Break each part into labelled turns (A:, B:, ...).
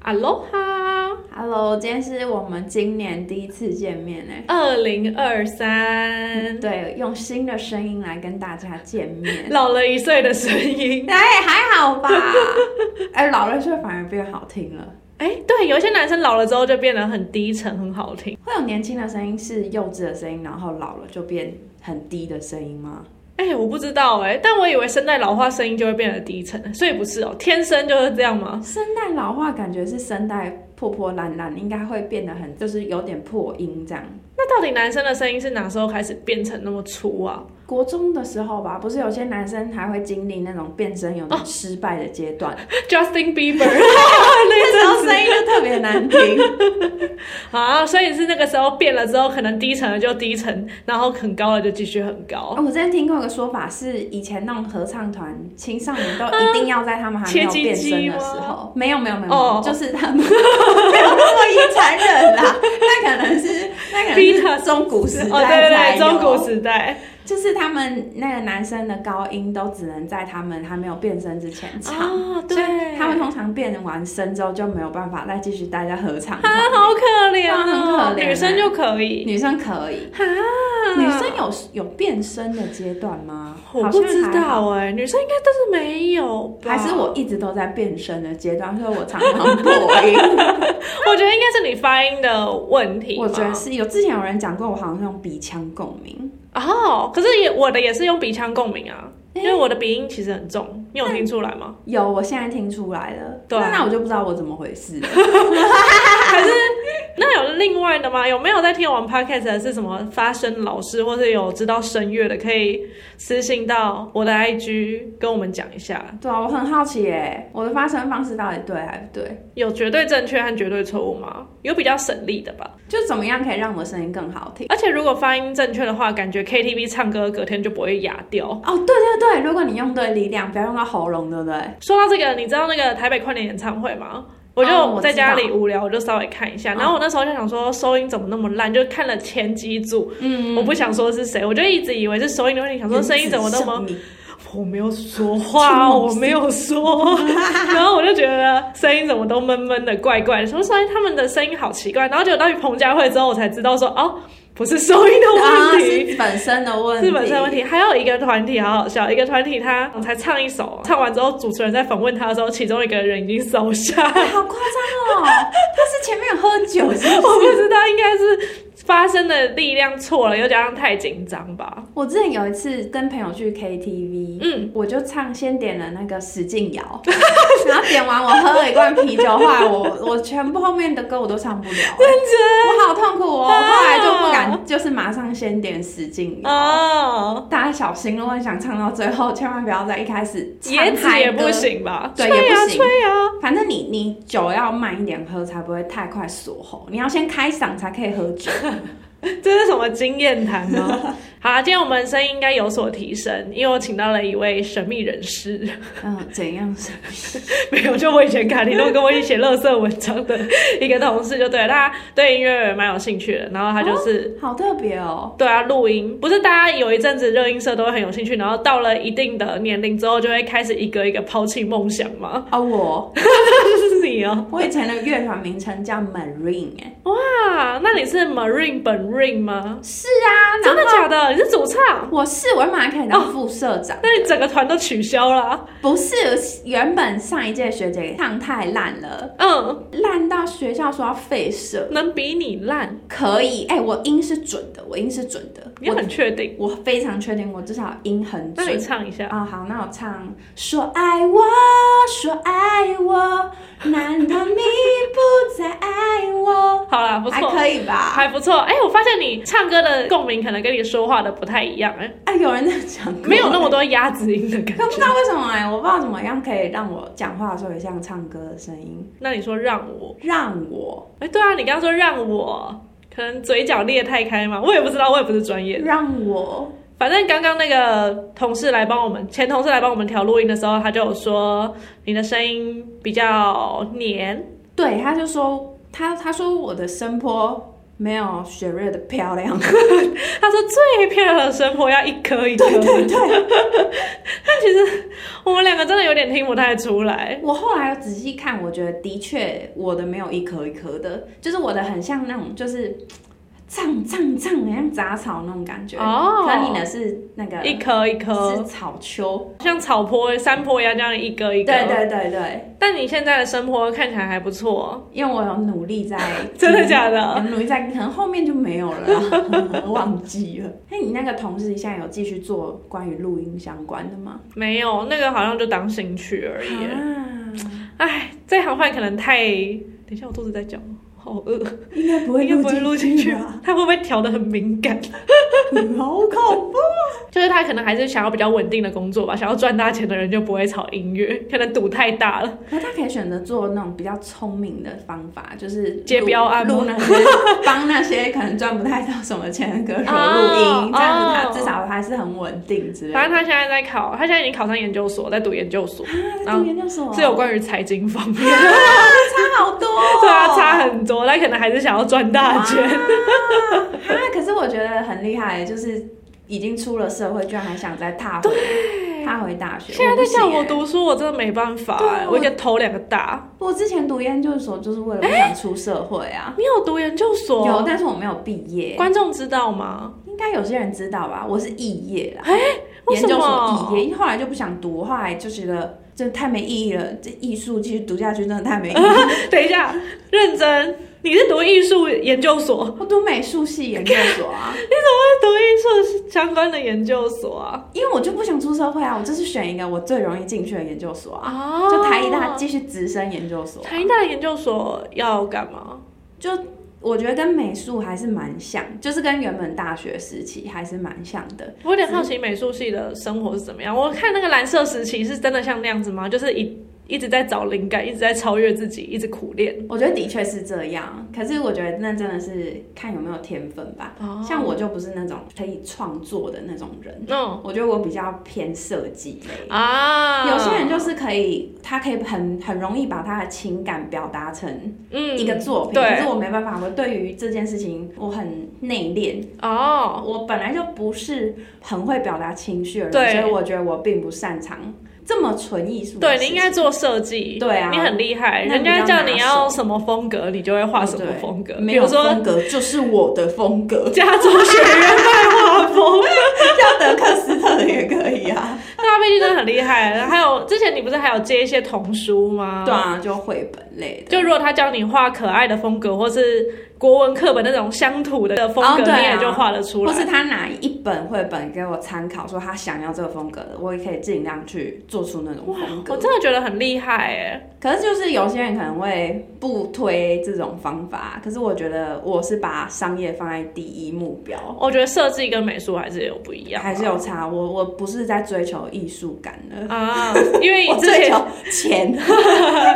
A: 阿罗哈，
B: Hello，今天是我们今年第一次见面哎、
A: 二零二三，
B: 对，用新的声音来跟大家见面，
A: 老了一岁的声音。
B: 哎、还好吧？哎、老了岁反而变好听了。
A: 哎，对，有一些男生老了之后就变得很低沉，很好听。
B: 会有年轻的声音是幼稚的声音，然后老了就变很低的声音吗？
A: 哎，我不知道哎，但我以为声带老化声音就会变得低沉，所以不是哦，天生就是这样吗？
B: 声带老化感觉是声带破破烂烂，应该会变得很就是有点破音这样。
A: 那到底男生的声音是哪时候开始变成那么粗啊？
B: 国中的时候吧，不是有些男生还会经历那种变声有点失败的阶段，
A: Justin Bieber 那
B: 那时候
A: 阵子
B: 声音就特别难听。
A: 啊，所以是那个时候变了之后，可能低沉了就低沉，然后很高了就继续很高。
B: 哦我之前听过一个说法，是以前那种合唱团青少年都一定要在他们还没 有
A: 切鸡
B: 变
A: 鸡
B: 声的
A: 吗
B: 时候，没有没有没有，
A: 哦
B: 就是他 们没有那么一残忍啦，啊那可能是那可能
A: Beatles
B: 是中古时
A: 哦，对
B: 代才
A: 对对，
B: 有
A: 中古时代
B: 就是他们那个男生的高音都只能在他们还没有变声之前唱。
A: 啊，
B: 所以
A: 对，
B: 他们通常变完声之后就没有办法再继续待在合唱团。
A: 啊，好可怜
B: 他们
A: 哦，
B: 很可怜
A: 女生就可以
B: 女生可以，
A: 哈，
B: 女生有有变声的阶段吗？
A: 我
B: 好
A: 不
B: 像
A: 知
B: 还好
A: 道哎、女生应该都是没有吧？
B: 还是我一直都在变声的阶段，所以我常常破 音。
A: 我觉得应该是你发音的问题吧。
B: 我觉 得是有之前有人讲过，我好像是用鼻腔共鸣。
A: 哦，可是也我的也是用鼻腔共鸣啊，因为
B: 诶
A: 我的鼻音其实很重，你有听出来吗？
B: 有，我现在听出来了。
A: 对啊
B: 那那我就不知道我怎么回事 了。
A: 那有另外的吗？有没有在听我们 podcast 的是什么发声老师，或是有知道声乐的，可以私信到我的 IG 跟我们讲一下。
B: 对啊，我很好奇耶，我的发声方式到底对还不对？
A: 有绝对正确和绝对错误吗？有比较省力的吧？
B: 就怎么样可以让我声音更好听？
A: 而且如果发音正确的话，感觉 KTV 唱歌隔天就不会哑掉。
B: 哦，对对对，如果你用对力量，不要用到喉咙，对不对？
A: 说到这个，你知道那个台北跨年演唱会吗？我
B: 哦
A: 就
B: 我
A: 在家
B: 知
A: 里无聊，我就稍微看一下。
B: 嗯
A: 然后我那时候就想说，收音怎么那么烂？就看了前几组，
B: 嗯，
A: 我不想说是谁，我就一直以为是收音的问题，想说声音怎么 那么……
B: 原子少女？
A: 我没有说话，
B: 这么
A: 我没有 说。然后我就觉得声音怎么都闷闷的、怪怪的，说声音他们的声音好奇怪。然后就到去彭佳慧之后，我才知道说，哦，不是收音的
B: 啊，
A: 问题。
B: 是本身的问题。
A: 是本身的问。题。还有一个团体好好笑，一个团体他才唱一首，唱完之后主持人在访问他的时候，其中一个人已经烧 瞎。
B: 哎好夸张 哦！他是前面有喝酒，是不是
A: 我不知道，应该是发生的力量错了，又加上太紧张吧。
B: 我之前有一次跟朋友去 KTV，
A: 嗯，
B: 我就唱先点了那个使劲摇， 然后点完我喝了一罐啤酒，后来我我全部后面的歌我都唱不了、我好痛苦哦，
A: 啊
B: 后来就不敢，就是马上先点使劲摇。
A: 哦，
B: 大家小心，如果你想唱到最后，千万不要在一开始唱
A: 椰子
B: 嗨
A: 也
B: 歌
A: 不。行吧？
B: 对
A: 吹
B: 也
A: 啊
B: 不行
A: 吹啊！
B: 反正你你酒要慢一点喝，才不会太快锁喉。你要先开嗓才可以喝酒。
A: 这是什么经验谈吗？ 好啦，今天我们声音应该有所提升，因为我请到了一位神秘人士，
B: 嗯，怎样是？
A: 没有，就我以前卡里都跟我一起写乐色文章的一个同事，就对了，他对音乐蛮有兴趣的，然后他就是
B: 好特别哦。
A: 对啊，录音不是大家有一阵子热音社都会很有兴趣，然后到了一定的年龄之后，就会开始一个一个抛弃梦想吗？
B: 啊，我
A: 就是你哦、
B: 我以前的乐团名称叫 Marine 哎、
A: 啊，那你是 Marine 本 Ring 吗？
B: 是啊，
A: 真
B: 然
A: 的
B: 后
A: 假的？你是主唱？
B: 我是我原本还可以当副社长，
A: 那你整个团都取消啊啦？
B: 不是原本上一届学姐唱太烂了，
A: 嗯，
B: 烂到学校说要废社，
A: 能比你烂？
B: 可以哎、我音是准的，我音是准的，
A: 你很确定？
B: 我我非常确定，我至少音很
A: 那你
B: 准。
A: 唱一下。
B: 啊、好，那我唱说爱我，说爱我，难道你不再爱我？
A: 好啦，不
B: 还
A: 错。
B: 可以吧？
A: 还不错，哎、我发现你唱歌的共鸣可能跟你说话的不太一样、哎，
B: 哎，有人在讲过，
A: 没有那么多鸭子音的感
B: 可不
A: 觉。
B: 知道为什么哎、我不知道怎么样可以让我讲话的时候有像唱歌的声音，
A: 那你说让我
B: 让我
A: 哎、对啊，你刚刚说让我可能嘴角裂太开嘛，我也不知道，我也不是专业的。
B: 让我
A: 反正刚刚那个同事来帮我们，前同事来帮我们调录音的时候，他就有说你的声音比较黏，
B: 对，他就说他他说我的声波没有雪瑞的漂亮。
A: 他说最漂亮的生活要一颗一颗。
B: 对对对，
A: 但其实我们两个真的有点听不太出来。
B: 我后来仔细看，我觉得的确我的没有一颗一颗的，就是我的很像那种就是胀胀胀，很像杂草那种感觉。
A: 哦
B: 可你呢是那个
A: 一颗一颗
B: 是，草丘。
A: 像草坡、山坡一样，这样一个一
B: 对
A: 个。
B: 对对对，
A: 但你现在的生活看起来还不错，，
B: 因为我有努力在 嗯
A: 真的假的？
B: 有努力在，可能后面就没有了， 忘记了。那你那个同事现在有继续做关于录音相关的吗？
A: 没有那个好像就当兴趣而已。
B: 啊，
A: 哎，这行饭可能太……等一下，我肚子在叫，好饿，
B: 应该不会
A: 应该不会
B: 录啊
A: 录进去
B: 吧？？
A: 他会不会调的很敏感？
B: 好恐怖！
A: 就是他可能还是想要比较稳定的工作吧，想要赚大钱的人就不会炒音乐，可能赌太大了。
B: 那他可以选择做那种比较聪明的方法，就是录
A: 接标案吗
B: 录那些帮那些可能赚不太到什么钱的歌 手
A: 哦
B: 录音，这样子他
A: 哦
B: 至少还是很稳定之类的。
A: 反正他现在在考，他现在已经考上研究所，在读研究所，
B: 他啊读研究所
A: 是有关于财经方面，
B: 差好多哦、
A: 对啊，差很多，但可能还是想要赚大钱。
B: 啊，可是我觉得很厉害，就是已经出了社会，居然还想再踏回踏回大学。
A: 现在在叫我
B: 不行欸
A: 读书，我真的没办法、
B: 对
A: 哎
B: 啊
A: 我一个头两个大。
B: 欸，我之前读研究所就是为了不想出社会 啊。
A: 你有读研究所？
B: 有，但是我没有毕业，
A: 观众知道吗？
B: 应该有些人知道吧？我是肄业啦，
A: 为
B: 研
A: 什
B: 究
A: 么
B: 所肄业，后来就不想读，后来就觉得这太没意义了，这艺术继续读下去真的太没意义 了。
A: 等一下，认真，你是读艺术研究所？
B: 我读美术系研究所啊，
A: 我是读艺术相关的研究所啊。
B: 因为我就不想出社会啊，我就是选一个我最容易进去的研究所啊，
A: 哦
B: 就台艺大继续直升研究所啊。
A: 台大研究所要干嘛？
B: 就我觉得跟美术还是蛮像，就是跟原本大学时期还是蛮像的。
A: 我有点好奇美术系的生活是怎么样。我看那个蓝色时期是真的像那样子吗？就是一一直在找灵感，一直在超越自己，一直苦练。
B: 我觉得的确是这样，可是我觉得那真的是看有没有天分吧。
A: 哦
B: 像我就不是那种可以创作的那种人，
A: 嗯
B: 我觉得我比较偏设计类。
A: 啊，
B: 有些人就是可以，他可以很很容易把他的情感表达成
A: 嗯
B: 一个作品，
A: 对
B: 可是我没办法，我对于这件事情我很内敛，
A: 哦，
B: 我本来就不是很会表达情绪的人，
A: 对
B: 所以我觉得我并不擅长这么纯艺术的
A: 对
B: 事情。
A: 你应该做设计，
B: 对啊
A: 你很厉害，
B: 那
A: 人
B: 比较
A: 家叫你
B: 拿手哦
A: 要什么风格，你就会画什么
B: 对
A: 风格，
B: 没
A: 比
B: 有
A: 如说
B: 风格就是我的风 格，
A: 加州学院派画风。
B: 叫德克斯特的也可以啊。
A: 大飞机真的很厉害。还有之前你不是还有接一些童书吗？
B: 对。啊，就绘本类的，
A: 就如果他教你画可爱的风格，或是国文课本那种乡土的风格，
B: 哦对啊
A: 你也就画得出来。
B: 或是他拿一本绘本给我参考，说他想要这个风格的，我也可以尽量去做出那种风
A: 我
B: 格。
A: 真的觉得很厉害哎！
B: 可是就是有些人可能会不推这种方法，可是我觉得我是把商业放在第一目标。
A: 我觉得设计跟美术还是有不一 样吧，
B: 还是有差。我我不是在追求艺术感的，
A: 啊，因为
B: 我
A: 你之
B: 追
A: 前
B: 求钱。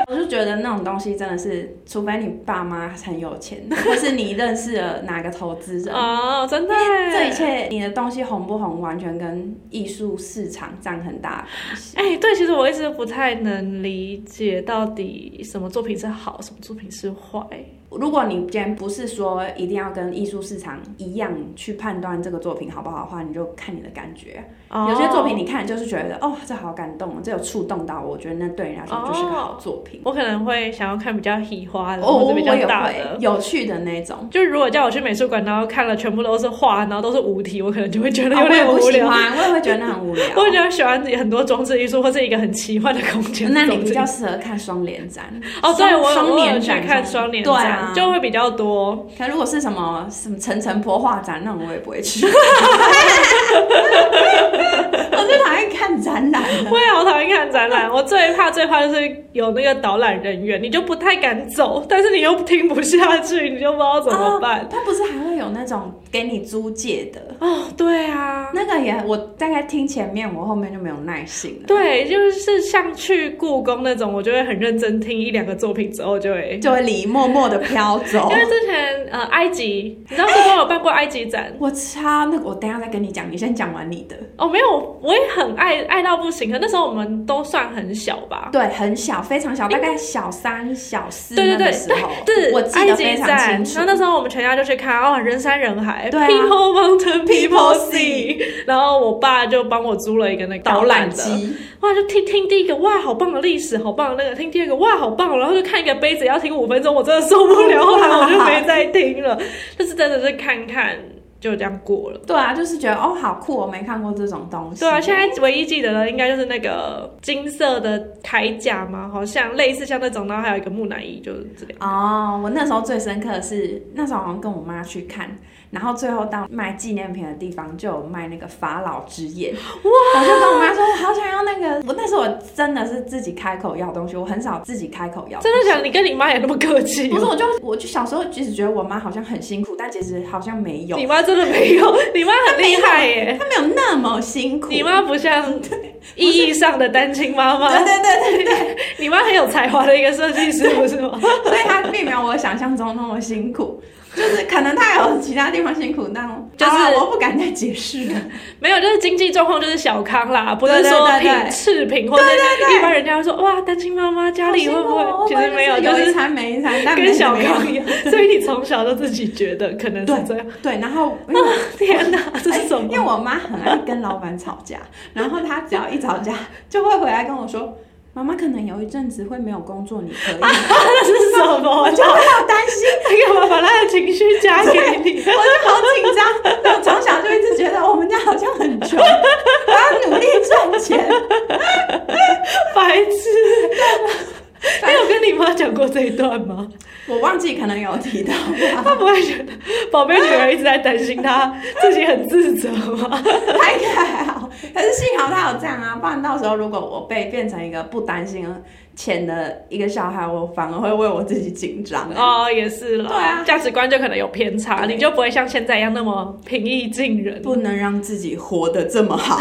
B: 我就觉得那种东西真的是，除非你爸妈很有钱，或是你认识了哪个投资人。
A: 啊，真的耶
B: 这一切，你的东西红不红，完全跟艺术市场占很大的关系。
A: 哎、对，其实我一直不太能理解到底什么作品是好，什么作品是坏。
B: 如果你既然不是说一定要跟艺术市场一样去判断这个作品好不好的话，你就看你的感觉。
A: 哦
B: 有些作品你看就是觉得，哦，这好感动，哦，这有触动到我，我觉得那对你来说就是个好作品。
A: 哦我可能会想要看比较喜花的，
B: 哦，
A: 或
B: 我
A: 者比较
B: 也
A: 大
B: 会
A: 的。
B: 有趣的那种。
A: 就如果叫我去美术馆，然后看了全部都是画，然后都是无题，我可能就会觉得
B: 啊
A: 有
B: 我也
A: 点
B: 不
A: 无
B: 喜
A: 聊。
B: 欢，我也会觉得那很无聊。
A: 我比较喜欢很多装置艺术或是一个很奇幻的空间。
B: 那你
A: 装置
B: 比较适合看双联展
A: 哦，对
B: 双
A: 我有
B: 双
A: 我有
B: 联
A: 去
B: 展
A: 看双年
B: 对
A: 展，
B: 啊，
A: 就会比较多。
B: 可如果是什么什么层层坡画展那种，我也不会 去。我最讨厌看展览了。
A: 啊我也好讨厌看展 览，我最怕最怕就是有那个导览人员，你就不太敢走，但是你又听不下去，你就不知道怎么办
B: 哦。他不是还会有那种给你租借的？
A: 哦，对啊，
B: 那个也，我大概听前面，我后面就没有耐性了，
A: 对，就是像去故宫那种，我就会很认真听一两个作品之后就会。
B: 就会离默默的飘走
A: 因。为之前呃，埃及，你知道故宫有办过埃及展，
B: 我超那个，我等一下再跟你讲，你先讲完你的。
A: 哦，没有，我也很爱爱到不行。可那时候我们都算很小吧，哎
B: 对，很小，非常小，大概小三、小四
A: 对对
B: 那个
A: 对
B: 时候，
A: 对，
B: 我记
A: 埃
B: 得
A: 及
B: 非
A: 站
B: 常清楚
A: 然。后那时候我们全家就去看，哦，人山人海、
B: 对啊
A: p e o p l e Mountain
B: People
A: People Sea。然后我爸就帮我租了一个那个导览的，
B: 机，
A: 哇，就听听第一个，哇，好棒的历史，好棒的那个；听第二个，哇，好棒哦。然后就看一个杯子，要听五分钟，我真的受不了，后来我就没再听了。 就是真的是看看就这样过了。
B: 对啊，就是觉得哦，好酷，我没看过这种东西。
A: 对啊，现在唯一记得的应该就是那个金色的铠甲嘛，好像类似像那种，然后还有一个木乃伊，就是这类。
B: 哦，我那时候最深刻的是那时候好像跟我妈去看，然后最后到卖纪念品的地方就有卖那个法老之眼，哇！我就跟我妈说，我好想要那个。我那时候我真的是自己开口要东西，我很少自己开口要。
A: 真的假的？你跟你妈也那么客气
B: 不
A: 哦、
B: 是，我就我就小时候即使觉得我妈好像很辛苦，但其实好像没 有，
A: 你妈真的没有，你妈很厉害耶！
B: 她没有那么辛苦。
A: 你妈 不 像意义上的单亲妈妈
B: 对，对对对对，
A: 你妈很有才华的一个设计师，不是吗？
B: 所以她并没有我想象中那么辛苦，就是可能她有其他地方辛苦，但我
A: 就是
B: 好啦我不敢再解释了。
A: 没有，就是经济状况就是小康啦，不是
B: 对对
A: 说
B: 对
A: 品
B: 对
A: 赤贫或者一般人家会说哇，单亲妈妈家里会不
B: 好
A: 会？
B: 辛苦
A: 其
B: 哦
A: 实没有，就
B: 就是一
A: 是
B: 餐没一餐，但没
A: 跟小
B: 怎么样
A: 康一样。所以你从小就自己觉得可能是这样。
B: 对，然后
A: 哎
B: 因为我
A: 天哪，这是什
B: 因
A: 么？
B: 为我妈很爱跟老板吵架，然后她只要一吵架，就会回来跟我说。妈妈可能有一阵子会没有工作，你可以，
A: 啊 这是什
B: 我
A: 么？
B: 就会好担心，
A: 你干嘛把他的情绪加给你？
B: 我就好紧张。 我从小就一直觉得我们家好像很穷，我要努力赚钱。
A: 白 痴！你有跟你妈讲过这一段吗？
B: 我忘记可能有提到吧，
A: 她不会觉得宝贝女儿一直在担心她自己很自责吗？
B: 还还好，可哎是幸好她有这样啊，不然到时候如果我被变成一个不担心钱的一个小孩，我反而会为我自己紧张。
A: 哦，也是啦，
B: 对啊
A: 价值观就可能有偏差，
B: 对
A: 你就不会像现在一样那么平易近人。
B: 不能让自己活得这么好。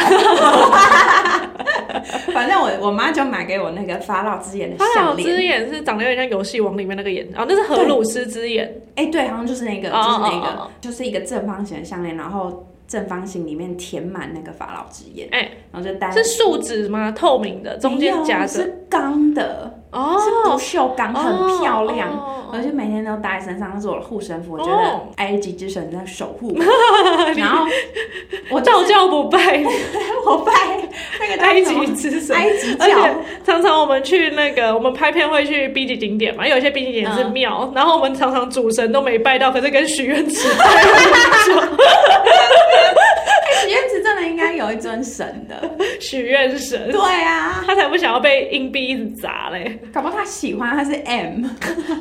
B: 反正我我妈就买给我那个法老之眼的
A: 他
B: 项
A: 老之
B: 链，
A: 眼是长得有点像游戏王里面那个眼，哦，那是荷鲁斯之眼，
B: 哎、对，好像就是那个，就
A: 哦
B: 是那
A: 哦哦
B: 个，就是一个正方形的项链，然后正方形里面填满那个法老之眼，
A: 哎
B: 然后就戴
A: 是树脂吗？透明的，中间夹
B: 没有
A: 着，
B: 是钢的，是不
A: 哦，
B: 锈钢，很漂亮。
A: 哦
B: 我就每天都戴在身上，那是我的护身符。我觉
A: 哦
B: 得埃及之神在守 护我，然后我就
A: 哦道
B: 是
A: 教不 败
B: 我拜那个叫
A: 埃
B: 什么
A: 及之神。
B: 埃及
A: 而
B: 教，哎
A: 且常常我们去那个，我们拍片会去 B 级景点嘛，有一些 B 级景
B: 嗯
A: 点是庙，然后我们常常主神都没拜到，可是跟许愿 池拜了很久
B: 许愿池真的应该有一尊神 的，
A: 许愿神，
B: 对啊，
A: 他才不想要被硬币一直砸 嘞。
B: 搞不好他喜欢他是 M，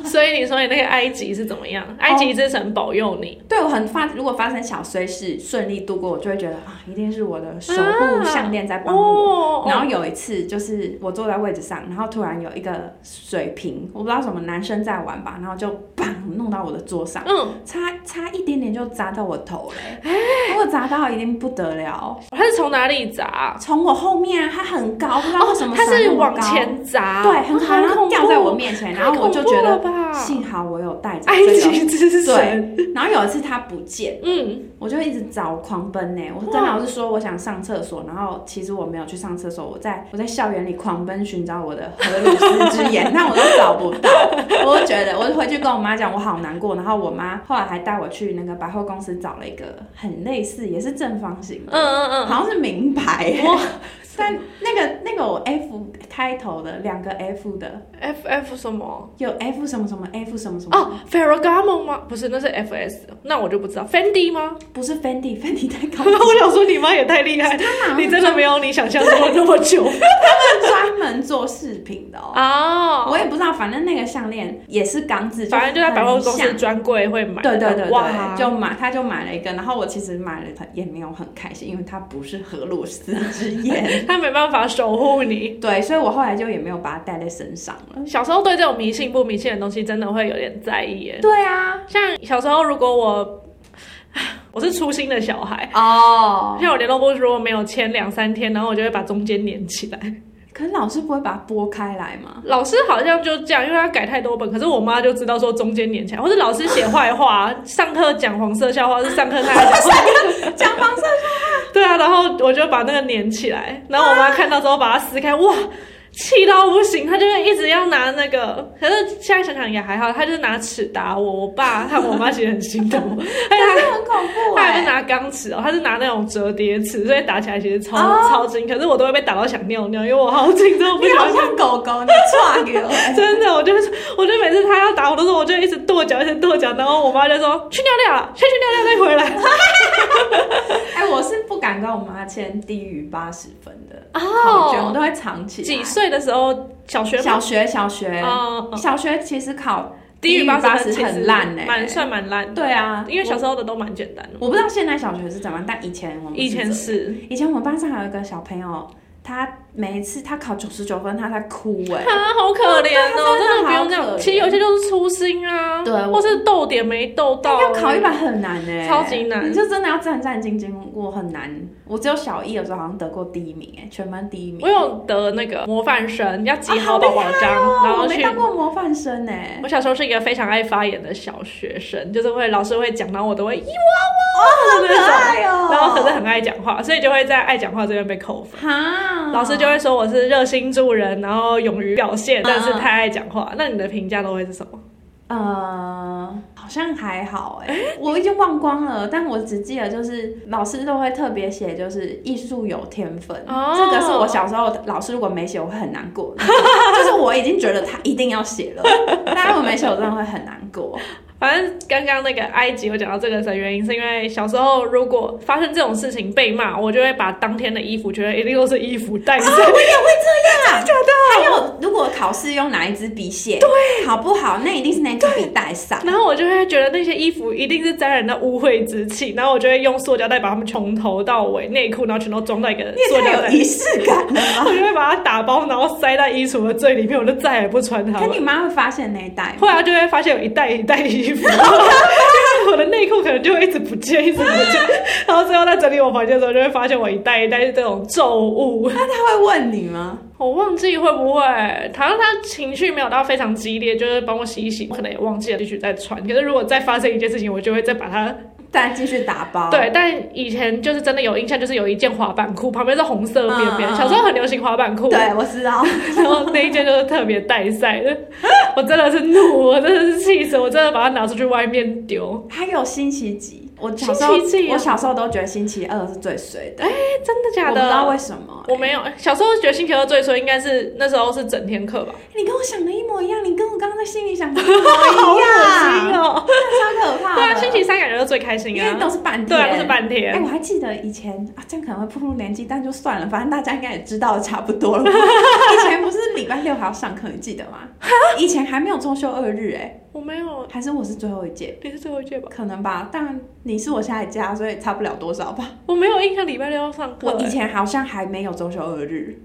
A: 所以你说你那个埃及是怎么样？埃
B: 哦
A: 及之神保佑你，
B: 对我很发，如果发生小衰事顺利度过，我就会觉得啊，一定是我的守护项链在帮我。
A: 啊哦
B: 然
A: 后
B: 后有一次，就是我坐在位置上，然后突然有一个水瓶，我不知道什么男生在玩吧，然后就砰弄到我的桌上，
A: 嗯，
B: 差差一点点就砸到我头嘞、
A: 哎
B: 如果砸到一定不得了，
A: 他是从哪里砸？
B: 从我后面啊，他很高，不知道为什么
A: 哦他
B: 闪那
A: 是
B: 么
A: 往
B: 高，
A: 前砸，
B: 对，很
A: 哦
B: 高，然后掉在我，面
A: 好
B: 前，
A: 恐怖
B: 然后我
A: 太
B: 就
A: 恐
B: 觉
A: 怖
B: 得
A: 了吧
B: 幸好我有带着
A: 埃
B: 这个。
A: 及之神，
B: 对，然后有一次他不见，
A: 嗯，
B: 我就一直找狂奔呢、我跟老师说我想上厕所，然后其实我没有去上厕所，我在我在校园里狂奔寻找我的荷鲁斯之眼， 但我都找不到。我就觉得，我就回去跟我妈讲，我好难过。然后我妈后来还带我去那个百货公司找了一个很类似，也是正方形
A: 嗯
B: 的，
A: 嗯嗯，
B: 好像是名牌、
A: 哇
B: 但那个那个我 F 开头的两个 F 的，
A: ，F F 什么？
B: 有 F 什么什么 F 什么什么，
A: 哦，Ferragamo 吗？不是，那是 FS，那我就不知道，Fendi 吗？
B: 不是 Fendi，Fendi 太 高级了，
A: 我想说你妈也太厉害，你真的没有你想象中的那么久
B: 专门做饰品的哦。
A: 哦。
B: 我也不知道，反正那个项链也是钢制，
A: 反正就在百货公
B: 很
A: 司
B: 像。
A: 专柜会买，
B: 对对对
A: 哇
B: 对，，就买，他就买了一个，然后我其实买了，也没有很开心，因为它不是荷鲁斯 之眼，
A: 他没办法守护你。
B: 对，所以我后来就也没有把它戴在身上了。
A: 小时候对这种迷信不迷信的东西，真的会有点在意耶。
B: 对啊，
A: 像小时候，如果我 我是粗心的小孩，
B: 哦，
A: 像我联络簿如果没有签两三天，然后我就会把中间粘起来。
B: 可是老师不会把它拨开来吗？
A: 老师好像就这样，因为他改太多本，可是我妈就知道说中间粘起来，或者老师写坏话，上课讲黄色笑话是上课他讲黄色，
B: 讲黄色
A: 对啊，然后我就把那个粘起来，然后我妈看到之后把它撕开，哇，气到不行，他就会一直要拿那个，可是现在想想也还好，他就是拿尺打我，我爸和我妈其实很心疼 我，而且
B: 真的很恐怖
A: 他还
B: 哎、
A: 是拿钢尺哦，他是拿那种折叠尺，所以打起来其实超、
B: 哦
A: 超轻，可是我都会被打到想尿尿，因为我好紧张，我不
B: 你好
A: 想
B: 像狗狗，你踹给我。欸
A: 真的，我就是，我就每次他要打我的时候，我就一直跺脚，一直跺脚，然后我妈就说去尿尿了，先去尿尿再 回来。
B: 哎、我是不敢跟我妈签低于八十分的
A: 哦
B: 考卷，我都会藏起来。
A: 几岁的时候，小学
B: 小学，小学，
A: 哦，哦
B: 小学其实考
A: 低于
B: 于
A: 八
B: 八
A: 十
B: 很烂哎、
A: 蛮算蛮烂的，
B: 对啊，
A: 因为小时候的都蛮简单的。
B: 我我不知道现在小学是怎么样，但以前我们
A: 以前
B: 是
A: 是
B: 这样以前我们班上还有一个小朋友，他每一次他考九十九分，他在哭哎、
A: 啊，好可怜哦，
B: 哦对啊
A: 真的不用
B: 真
A: 这
B: 的好
A: 样。
B: 可怜
A: 其实有些就是粗心啊，
B: 对我
A: 或是逗点没逗到，
B: 要考一百很难哎、
A: 超级难
B: 你就真的要战战兢兢，我很难。我只有小一的时候好像得过第一名哎、全班第一名。
A: 我有得那个模范生，要集
B: 啊
A: 好
B: 好
A: 宝宝章，然
B: 哦，
A: 后
B: 我
A: 去
B: 没当过模范生哎、
A: 我小时候是一个非常爱发言的小学生，就是会老师会讲，然后我都会，咦
B: 好
A: 可爱
B: 哦
A: 然后可是很爱讲话，所以就会在爱讲话这边被扣分。
B: 哈，
A: 老师就会说我是热心助人，然后勇于表现，
B: 嗯
A: 但是太爱讲话。那你的评价都会是什么？
B: 呃，好像还好哎、我已经忘光了，但我只记得就是老师都会特别写，就是艺术有天分。
A: 哦
B: 这个是我小时候老师如果没写，我会很难过。 就是我已经觉得他一定要写 了，但如果没写，我真的会很难过。
A: 反正刚刚那个埃及，我讲到这个的原因，是因为小时候如果发生这种事情被骂，我就会把当天的衣服，觉得一定都是衣服带上。
B: 真的假的？还有，如果考试用哪一支笔写，对，考不好那一定是那支笔带上。
A: 然后我就会觉得那些衣服一定是沾染到污秽之气，然后我就会用塑胶袋把它们从头到尾内裤，然后全都装到一个
B: 你
A: 塑
B: 也太
A: 胶袋
B: 有
A: 里，
B: 仪式 感了吧？
A: 我就会把它打包，然后塞到衣橱的最里面，我就再也不穿它
B: 可
A: 了
B: 你。妈会发现那一袋吗
A: 后？来就会发啊现有一袋一袋衣服， 然后因为我的内裤可能就会一直不见，一直不见。然后最后在整理我房间的时候，就会发现我一袋一袋是这种皱物。
B: 那她会问你吗？
A: 我忘记会不会，好像他情绪没有到非常激烈，就是帮我洗一洗，我可能也忘记了继续再穿。可是如果再发生一件事情，我就会再把它
B: 再继续打包。
A: 对，但以前就是真的有印象，就是有一件滑板裤，旁边是红色边边，
B: 嗯嗯嗯
A: 小时候很流行滑板裤，
B: 对，我知道。
A: 然后那一件就是特别带晒的，我真的是怒，我真的是气死，我真的把它拿出去外面丢。
B: 还有星期几？我小时候
A: 星期几，啊
B: 我小时候都觉得星期二是最衰的，
A: 哎，真的假
B: 我不知道
A: 的？
B: 为什么。欸
A: 我没有，哎小时候觉得星期二最衰，应该是那时候是整天课吧，
B: 你跟我想的一模一样，你跟我刚刚在心里想的一模一样，
A: 哦。
B: 超可怕的。
A: 对啊，星期三感觉就最开心
B: 因为
A: 啊，
B: 都是半天，
A: 对啊，都是半天
B: 哎，。我还记得以前啊，这样可能会暴露年纪，但就算了，反正大家应该也知道的差不 多了吧。以前不是礼拜六还要上课，你记得吗？以前还没有周休二日，哎，
A: 我没有，
B: 还是我是最后一届，
A: 你是最后一届吧？
B: 可能吧。但你是我下一届啊，所以差不了多少吧。
A: 我没有印象礼拜六要上课
B: 我以
A: 欸。
B: 前好像还没有周休二日，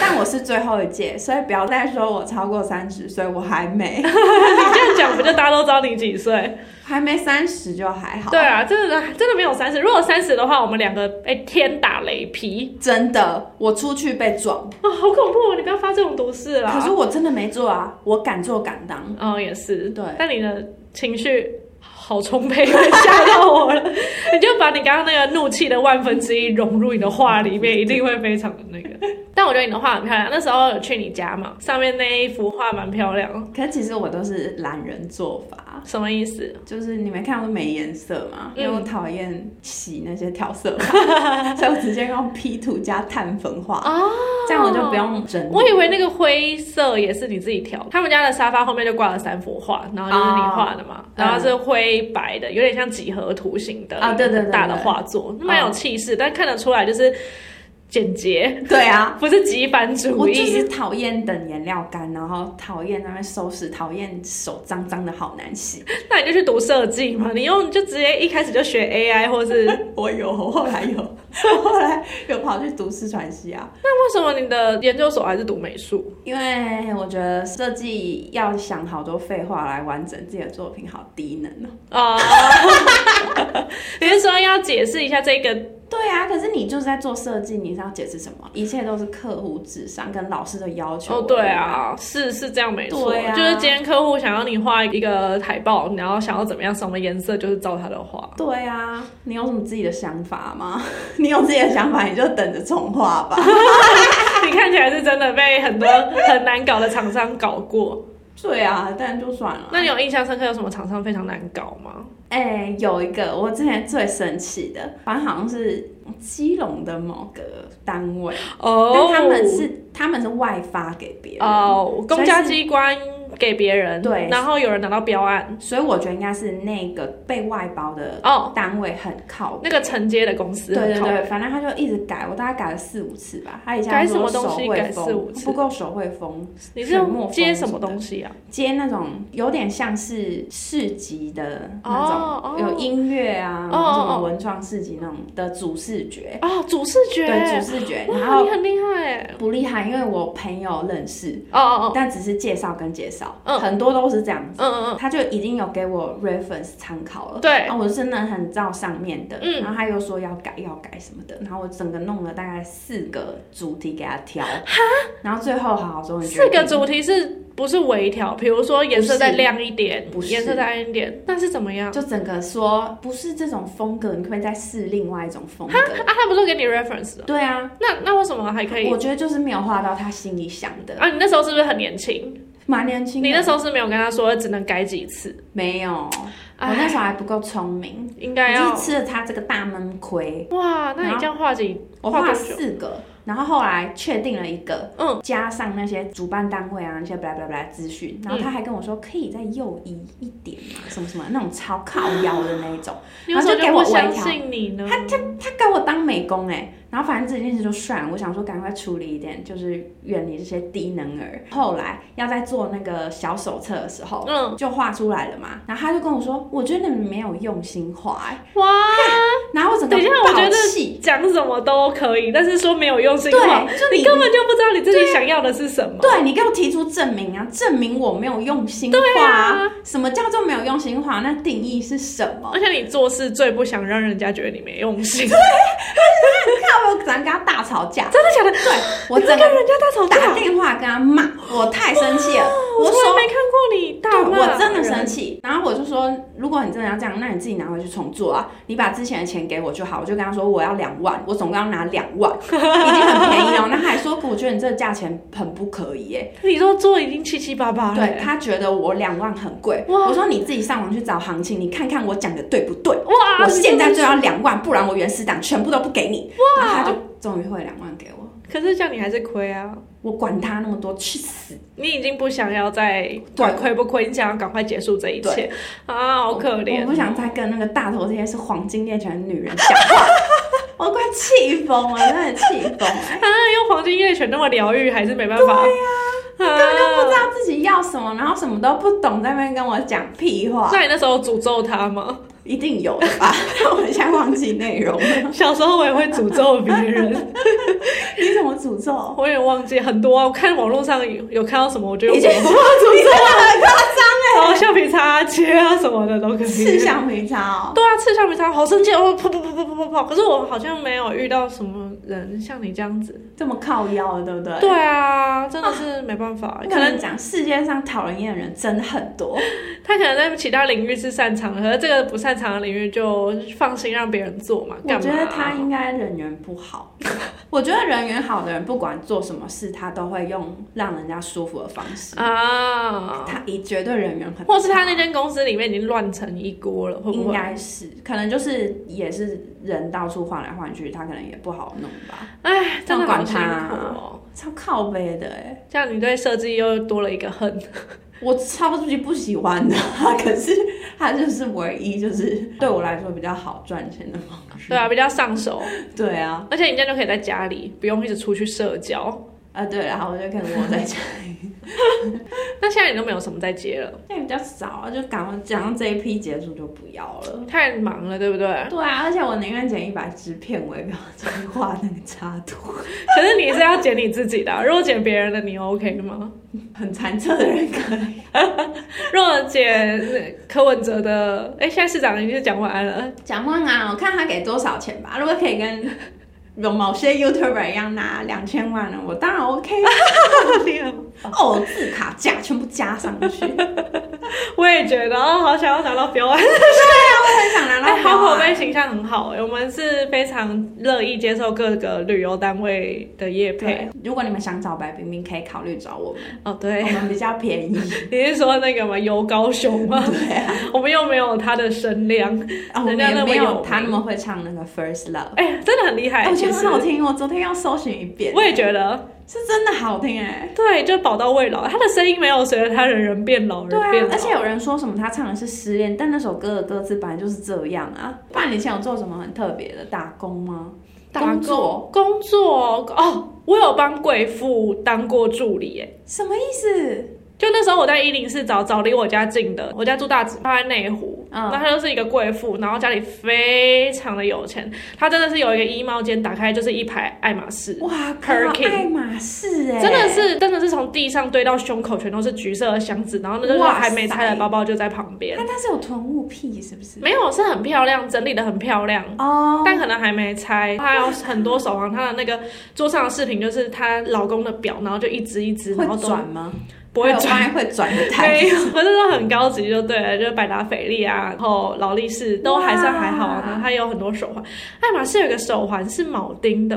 B: 但我是最后一届，所以不要再说我超过三十，所以我 还没，
A: 你这样讲，不就大家都知道你几岁？
B: 还没三十就还好。
A: 对，啊，真的真的没有三十。如果三十的话，我们两个哎、天打雷劈
B: 真的，我出去被撞，
A: 啊、好恐怖哦！你不要发这种毒誓啦。
B: 可是我真的没做啊，我敢做敢当。
A: 哦，也是
B: 对
A: 但你的情绪好充沛，吓到我 了。你就把你刚刚那个怒气的万分之一融入你的话里面，一定会非常的那 个。但我觉得你的画很漂亮，那时候有去你家嘛，上面那一幅画蛮漂亮。
B: 可其实我都是懒人做法，
A: 什么意思？
B: 就是你没看过没颜色吗？
A: 嗯
B: 因为我讨厌洗那些调色 盘，所以我直接用 P 图加碳粉画，
A: 哦
B: 这样我就不用整理。
A: 我以为那个灰色也是你自己调，他们家的沙发后面就挂了三幅画，然后就是你画的嘛，
B: 哦
A: 然后是灰白的，有点像几何图形的
B: 啊对对对哦
A: 很大的画作，蛮有气势，但看得出来就是简洁，
B: 对啊，
A: 不是极繁主
B: 我
A: 义。
B: 就是讨厌等颜料干，然后讨厌那边收拾，讨厌手脏脏的好难洗。
A: 那你就去读设计嘛，你用就直接一开始就学 AI，或是那
B: 我有，我后来有，我后来有跑去读四川系啊，
A: 为什么你的研究所还是读美术？
B: 因为我觉得设计要想好多废话来完整自己的作品，好低能
A: 啊、
B: 哦。
A: 你是说要解释一下这个
B: 对啊，可是你就是在做设计，你是要解释什么？一切都是客户至上跟老师的要求。
A: 哦，对，啊，是是这样没错，
B: 对啊
A: 就是今天客户想要你画一个海报，然后想要怎么样，什么颜色，就是照他的 画。
B: 对啊， 你有什么自己的想法吗？你有自己的想法，你就等着重画吧。
A: 你看起来是真的被很多 很难搞的厂商搞过。
B: 对啊，但就算了。
A: 那你有印象深刻有什么厂商非常难搞吗？
B: 哎、有一个我之前最生气的，反正好像是基隆的某个单位，
A: 哦
B: 但他们是他们是外发给别人，
A: 哦，公家机关给别人，
B: 对
A: 然后有人拿到标案，
B: 所以我觉得应该是那个被外包的
A: 哦，
B: 单位很靠
A: 那个承接的公司
B: 对对
A: 很靠
B: 对，反正他就一直改，我大概改了四五次吧。他以前
A: 改
B: 说
A: 什么东
B: 手
A: 西
B: 绘
A: 改
B: 风
A: 四五次
B: 不够手绘风，
A: 你是
B: 很莫
A: 接
B: 风
A: 什么
B: 什么
A: 东西啊？
B: 接那种有点像是市集的那种，
A: 哦哦
B: 有音乐啊，
A: 哦
B: 然后什
A: 哦
B: 么文创市集那种的主视觉，
A: 啊，主视觉，
B: 对主视觉，然
A: 哇，
B: 后
A: 你很厉害欸，
B: 不厉害，因为我朋友认识，
A: 哦哦哦，
B: 但只是介绍跟介绍，
A: 嗯
B: 很多都是这样子，
A: 嗯嗯
B: 他就已经有给我 reference 参考了。
A: 嗯，对，
B: 然后我真的很照上面的，
A: 嗯
B: 然后他又说要改要改什么的，然后我整个弄了大概四个主题给他挑，然后最后好好终于
A: 四个
B: 决定
A: 主题是不是微调？比如说颜色再亮一点
B: 不，是
A: 颜色再暗一点，那是怎么样？
B: 就整个说不是这种风格，你可不可以再试另外一种风格？
A: 啊，他不是给你 reference 的？
B: 对啊，
A: 那那为什么还可以
B: 我？觉得就是没有画到他心里想的，
A: 啊，你那时候是不是很年轻？
B: 蛮年轻的。
A: 你那时候是没有跟他说只能改几次，
B: 没有，我
A: 哎
B: 那时候还不够聪明，
A: 应
B: 我
A: 该
B: 就
A: 啊要
B: 是吃了他这个大闷亏。
A: 哇，那你这样画几？
B: 我
A: 画
B: 画
A: 多
B: 了
A: 久
B: 四个，然后后来确定了一个，
A: 嗯，
B: 加上那些主办单位啊那些巴拉巴拉巴拉资讯，然后他还跟我说可以再右移一点嘛，什么什么那种超靠腰的那一种，
A: 你为什么
B: 然
A: 就不
B: 后就给我
A: 相
B: 微调
A: 信你呢？
B: 他给我当美工哎、然后反正这件事就算了，我想说赶快处理一点，就是远离这些低能儿。后来要在做那个小手册的时候，
A: 嗯，
B: 就画出来了嘛，然后他就跟我说，我觉得你们没有用心画、欸，
A: 哇，
B: 然后我整个
A: 等一下我觉得
B: 爆气
A: 讲什么都可以，但是说没有用心话，
B: 对就
A: 你
B: 你
A: 根本就不知道你自己想要的是什么。
B: 对你给我提出证明啊，证明我没有用心画、
A: 啊
B: 什么叫做没有用心画？那定义是什么
A: 而？且你做事最不想让人家觉得你没用心，
B: 那我咱跟他大吵架，
A: 真的假的？
B: 对我
A: 你会
B: 整
A: 跟
B: 个
A: 人家大吵
B: 打
A: 架？
B: 电话跟他 骂，我太生气了，
A: 我
B: 我
A: 从来
B: 说。
A: 没看过你大
B: 对，
A: 骂
B: 我真的生
A: 人。
B: 气。然后我就说，如果你真的要这样，那你自己拿回去重做啊！你把之前的钱给我就好。我就跟他说，我要两万，我总共要拿两 万，已经很便宜了。那他还说，我觉得你这个价钱很不可以耶、
A: 你说做已经七七八八了
B: 对
A: 欸，
B: 他觉得我两万很贵。
A: 哇
B: 我说你自己上网去找行情，你看看我讲的对不对。
A: 哇，
B: 我
A: 你
B: 现在
A: 啊真
B: 就
A: 的
B: 要两万，不然我原始档全部都不给你。然后他就终于汇两万给我，
A: 是，可是这样你还是亏啊。
B: 我管他那么多，去死！
A: 你已经不想要再管亏不亏，你想要赶快结束这一切啊，好可怜。
B: 我不想再跟那个大头这些是黄金猎犬的女人讲话，我快气疯了，真的气疯了。
A: 啊，用黄金猎犬那么疗愈，还是没办法。啊对呀、
B: 啊根本就不知道自己要什么，然后什么都不懂，在那边跟我讲 屁话，
A: 那你那时候诅咒他吗？
B: 一定有的吧？ 我现在忘记内容了，
A: 小时候我也会诅咒别 人，
B: 你怎么诅咒？
A: 我也忘记很多、啊。我看网络上有有看到什么，我就用
B: 你
A: 什
B: 这诅咒
A: 么，
B: 很夸张
A: 然后橡皮擦切啊什么的都可以。
B: 哎，吃橡皮擦哦。
A: 对啊，吃橡皮擦好生气哦，噗噗噗噗噗噗噗。可是我好像没有遇到什么人像你这样子。
B: 这么靠腰的，对不对？
A: 对啊，真的是没办法，
B: 可
A: 可能
B: 能讲世界上讨人厌的人真的很多，
A: 他可能在其他领域是擅长的，可是这个不擅长的领域就放心让别人做嘛。
B: 我
A: 干嘛
B: 觉得他应该人缘不 好。我觉得人缘好的人，不管做什么事，他都会用让人家舒服的方式。
A: 啊，
B: 他一绝对人缘很差，
A: 或是他那间公司里面已经乱成一锅了，会不
B: 应
A: 会？
B: 该是，可能就是也是人到处换来换去，他可能也不好弄吧，
A: 哎，真的好辛苦
B: 那管他
A: 哦。
B: 超靠背的哎、
A: 这样你对设计又多了一个恨，
B: 我超级不喜欢的，可是他就是唯一就是对我来说比较好赚钱的 方式。
A: 对啊，比较上手，
B: 对啊，
A: 而且你这样就可以在家里，不用一直出去社交。
B: 啊对了，然后我就可能我在 家
A: 那现在你都没有什么在接了，
B: 那也比较少啊，就赶快讲到这一批结束就不要了。
A: 太忙了，对不对？
B: 对啊，而且我宁愿剪一百支片尾，不要再画那个插图。
A: 可是你是要剪你自己的啊、如果剪别人的，你 OK 吗？
B: 很残测的人可能
A: 如果剪柯文哲的，哎、现在市长已经讲完了，
B: 讲万啊，我看他给多少钱吧。如果可以跟有某些 YouTuber 一样拿两千万呢，我当然 OK 啊。
A: 你很
B: 哦，字卡架全部加上去，
A: 我也觉得哦，好想要拿到标案，
B: 很想拿
A: 哎、
B: 到标
A: 好
B: 啊。
A: 口碑形象很好、哎，我们是非常乐意接受各个旅游单位的业配。
B: 对，如果你们想找白冰冰，可以考虑找我们，
A: 哦，对
B: 我，们比较便宜。
A: 你是说那个吗？游高雄吗？
B: 对啊，
A: 我们又没有他的声量，
B: 啊，我们
A: 人家那
B: 也
A: 么
B: 没
A: 有
B: 有
A: 名
B: 他那么会唱那个 First Love，
A: 哎、真的很厉害。
B: 哎我觉
A: 其
B: 得很
A: 实
B: 好听，我昨天要搜寻一遍，
A: 我也觉得，
B: 是真的好听哎。
A: 对，就宝刀未老，他的声音没有随着他人人变老
B: 对
A: 人变
B: 啊，
A: 老，
B: 而且有人说什么他唱的是失恋，但那首歌的歌词本来就是这样啊。不然你以前有做什么很特别的打工吗？工作
A: 工作哦，我有帮贵妇当过助理，哎，
B: 什么意思？
A: 就那时候我在一零四找找离我家近的，我家住大直，她在内湖，
B: 嗯
A: 那她就是一个贵妇，然后家里非常的有钱，她真的是有一个衣帽间，打开就是一排爱马仕。
B: 哇靠，
A: Perkin
B: 爱马仕哎、
A: 真的是，真的是从地上堆到胸口，全都是橘色的箱子，然后那个
B: 哇塞
A: 还没拆的包包就在旁边
B: 他，，他是有囤物癖是不是？
A: 没有，是很漂亮，整理的很漂亮，
B: 哦，
A: 但可能还没拆。她有很多手环，她的那个桌上的饰品就是她老公的表，然后就一只一只，然后
B: 会
A: 都
B: 转吗？
A: 不会
B: 我有
A: 转
B: 发， 现会转的台
A: 没有，反正都很高级就对了，就是百达翡丽啊，然后劳力士都还算还好啊
B: 哇。
A: 然后它有很多手环，爱马仕有一个手环是铆钉的，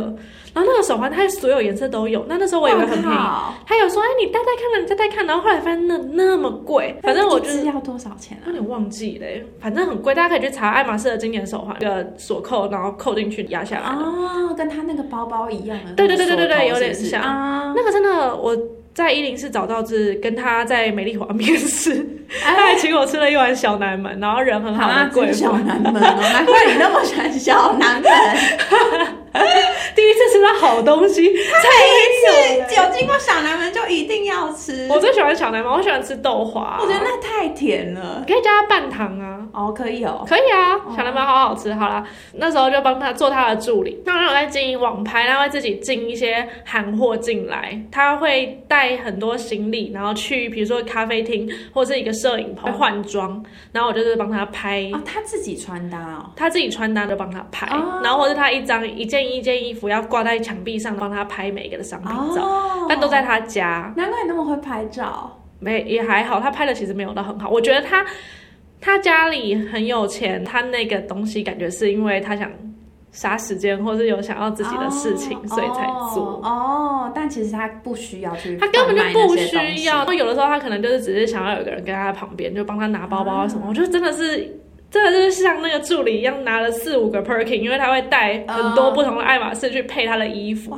A: 然后那个手环它所有颜色都有。那那时候我以为很便宜，
B: 哇
A: 他有说哎你戴戴看了，你再戴看，然后后来发现那嗯那么贵，
B: 靠
A: 反正我就
B: 那
A: 是
B: 一只。要多少钱啊
A: 有？点忘记嘞、反正很贵，大家可以去查爱马仕的经典手环，一个锁扣，然后扣进去压下来的。
B: 哦，跟他那个包包一样的，
A: 啊对对对对对对
B: 那个手
A: 有
B: 头
A: 点
B: 是不是
A: 像
B: 啊。
A: 那个真的，我在一零四找到，是跟他在美丽华面试，他还请我吃了一碗小南门，然后人很哎好
B: 好
A: 的
B: 啊，
A: 贵
B: 真
A: 妇
B: 小，南门哦，难怪你那么喜欢小南门。
A: 第一次吃到好东西，
B: 每一次有经过小南门就一定要吃，
A: 我最喜欢小南门，我喜欢吃豆花，
B: 我觉得那太甜了。
A: 可以加半糖啊。
B: 哦，可以哦。
A: 可以啊，小南门好好吃。好啦，那时候就帮他做他的助理。那我在经营网拍，他会自己进一些韩货进来，他会带很多行李，然后去比如说咖啡厅或是一个摄影棚换装，然后我就是帮他拍
B: 哦，他自己穿搭哦。
A: 他自己穿搭就帮他拍，
B: 哦
A: 然后或是他一张一件一件衣服要挂在墙壁上，帮他拍每一个的商品照，
B: 哦，
A: 但都在他家，
B: 难怪你那么会拍照。
A: 没也还好，他拍的其实没有到很好，我觉得他他家里很有钱，他那个东西感觉是因为他想杀时间，或是有想要自己的事情，
B: 哦
A: 所以才做。
B: 哦，哦但其实他不需要去
A: 他
B: 贩卖
A: 根
B: 那些东西，
A: 本就不需要，有的时候他可能就是只是想要有个人跟他在旁边，就帮他拿包包啊什么。我就真的是，真的就是像那个助理一样，拿了四五个 Perkin，因为他会带
B: 啊
A: 很多不同的爱马仕去配他的衣服。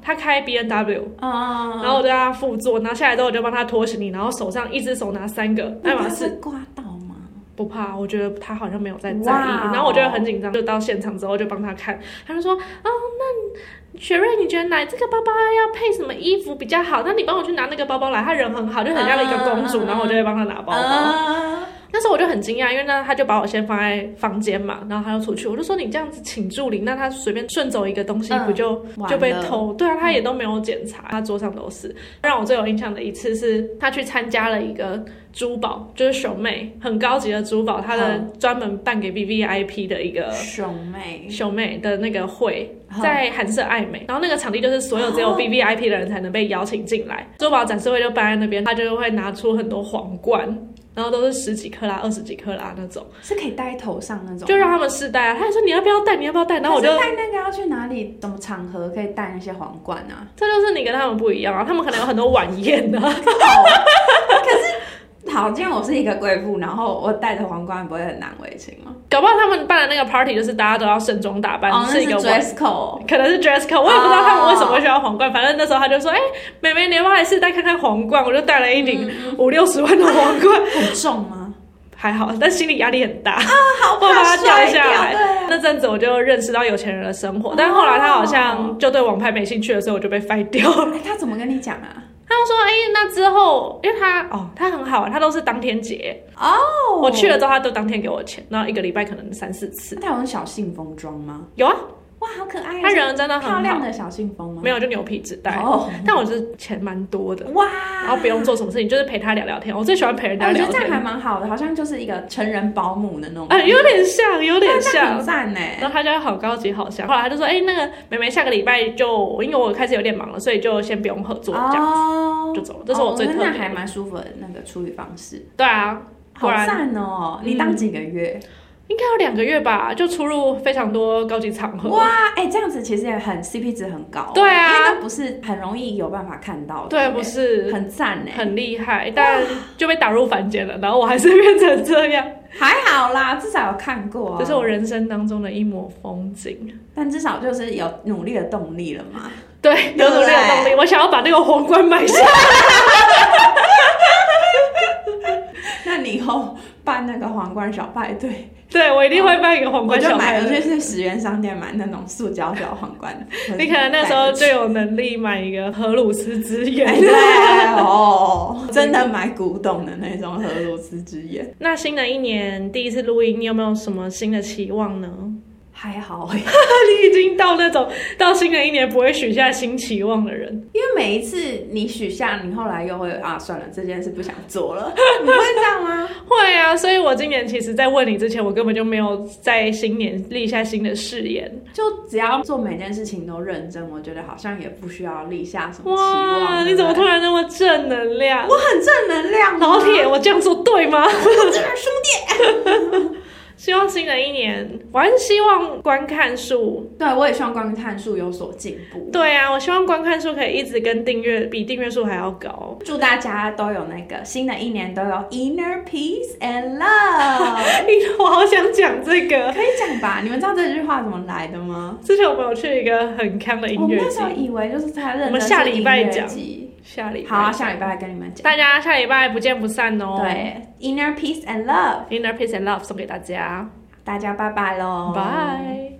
A: 他开 B N W，
B: 嗯。嗯，
A: 然后我就让他副座，然后下来之后我就帮他拖行李，然后手上一只手拿三个爱马仕
B: 那他，会刮到吗？
A: 不怕，我觉得他好像没有在在意
B: 哇哦
A: 然后我就很紧张，就到现场之后就帮他看，他就说，哦，那雪瑞，你觉得哪这个包包要配什么衣服比较好？那你帮我去拿那个包包来，他人很好，就很像一个公主
B: 嗯
A: 然后我就会帮他拿包包。
B: 啊
A: 那时候我就很惊讶，因为呢，他就把我先放在房间嘛，然后他就出去，我就说你这样子请助理，那他随便顺走一个东西
B: 嗯
A: 不就、
B: 完
A: 就被
B: 了
A: 偷？对啊，他也都没有检查，他桌上都是。让我最有印象的一次是，他去参加了一个珠宝，就是熊妹很高级的珠宝，他的专门办给 V V I P 的一个
B: 熊妹，
A: 熊妹的那个会
B: 嗯，哦
A: 在韩舍爱美，然后那个场地就是所有只有 V V I P 的人才能被邀请进来，珠宝展示会就办在那边，他就会拿出很多皇冠。然后都是十几克拉、二十几克拉那种，
B: 是可以戴头上那种吗，
A: 就让他们试戴啊。他还说你要不要戴，你要不要戴？然后我就
B: 可是戴那个要去哪里？什么场合可以戴那些皇冠啊？
A: 这就是你跟他们不一样啊，他们可能有很多晚宴啊。
B: 好，今天哦我是一个贵妇，然后我戴着皇冠不会很难为情吗？
A: 搞不好他们办的那个 party 就是大家都要盛装打扮，
B: 哦，那
A: 一
B: 是
A: 个晚。
B: dress code。哦
A: 可能是 dress code，我也不知道他们为什么会需要皇冠。反正那时候他就说：“哎、妹妹，你要不要来试戴看看皇冠？”我就戴了一顶
B: 嗯
A: 五六十万的皇冠，
B: 很重吗？
A: 还好，但心理压力很大。
B: 嗯啊好
A: 我把它掉
B: 摔哦
A: 下来
B: 对啊，
A: 那阵子我就认识到有钱人的生活，但后来他好像就对网拍没兴趣了，所以我就被 f 掉 了。
B: 哎，他怎么跟你讲啊？
A: 他就说：“哎、那之后，因为他哦，他很好，他都是当天结。
B: 哦，
A: 我去了之后，他都当天给我钱，然后一个礼拜可能三四次。
B: 那他有用小信封装吗？
A: 有啊，
B: 哇，好可爱、啊！
A: 他人真的很
B: 漂亮
A: 好，
B: 的小信封吗？
A: 没有就牛皮纸袋。
B: 哦，
A: 但我就是钱蛮多的，
B: 哇！
A: 然后不用做什么事情，就是陪他聊聊天。我最喜欢陪人
B: 哎
A: 家
B: 我觉
A: 聊
B: 得这样还
A: 天，
B: 蛮好的，好像就是一个成人保姆的那种。
A: 哎，有点像，有点
B: 对这样
A: 像
B: 很。赞呢。
A: 然后他就好高级好香，后来他就说，哎、那个妹妹下个礼拜就因为我开始有点忙了，所以就先不用合作，这样、
B: 哦
A: 就走了。这是我最
B: 哦
A: 特
B: 那
A: 别
B: 还
A: 的。
B: 蛮舒服的那个处理方式，
A: 对啊，
B: 好
A: 果然
B: 赞哦！你当几个月？
A: 应该有两个月吧，就出入非常多高级场合。
B: 哇，哎，这样子其实也很 CP 值很高。
A: 对啊
B: 因为那不是很容易有办法看到的。
A: 对，不
B: 是
A: 是
B: 很赞呢。
A: 很厉害，但就被打入凡间了。然后我还是变成这样，
B: 还好啦，至少有看过、啊。
A: 这是我，人生当中的一抹风景。
B: 但至少就是有努力的动力了嘛。
A: 对，有努力的动力，我想要把那个皇冠买下。
B: 那你以后办那个皇冠小派对，
A: 对，我一定会办一个皇
B: 我
A: 冠
B: 就
A: 小
B: 买
A: 派
B: 我
A: 对。
B: 去十元商店买那种塑胶小皇冠。
A: 你可能那时候就有能力买一个荷鲁斯之眼。
B: 哎对 哦，真的买古董的那种荷鲁斯之眼，
A: 那新的一年第一次录音，你有没有什么新的期望呢？
B: 还好哎、
A: 你已经到那种到新的一年不会许下新期望的人。
B: 因为每一次你许下，你后来又会啊算了，这件事不想 做了，你不会这样吗？
A: 会啊，所以我今年其实，在问你之前，我根本就没有在新年立下新的誓言。
B: 就只要做每件事情都认真，我觉得好像也不需要立下什么期
A: 哇，
B: 望。
A: 你怎么
B: 对
A: 突
B: 不对
A: 然那么正能量？
B: 我很正能量，啊
A: 老铁，，我这样做对吗？
B: 我这个兄弟。
A: 希望新的一年，我还是希望观看数。
B: 对，我也希望观看数有所进步。
A: 对啊，我希望观看数可以一直跟订阅比订阅数还要高。
B: 祝大家都有那个新的一年都有 inner peace and love，
A: 哎我好想讲这个。
B: 可以讲吧？你们知道这句话怎么来的吗？
A: 之前我们有去一个很康的
B: 我
A: 音
B: 们
A: 乐
B: 哦那
A: 季
B: 时，候以为就是他认真
A: 我们下礼拜讲
B: 是音
A: 下
B: 乐
A: 礼
B: 季
A: 拜
B: 好啊，下礼拜跟你们讲。
A: 大家下礼拜不见不散哦。
B: 对，inner peace and love，哦
A: ，Inner Peace and Love 送给大家，
B: 大家拜拜喽，
A: 拜。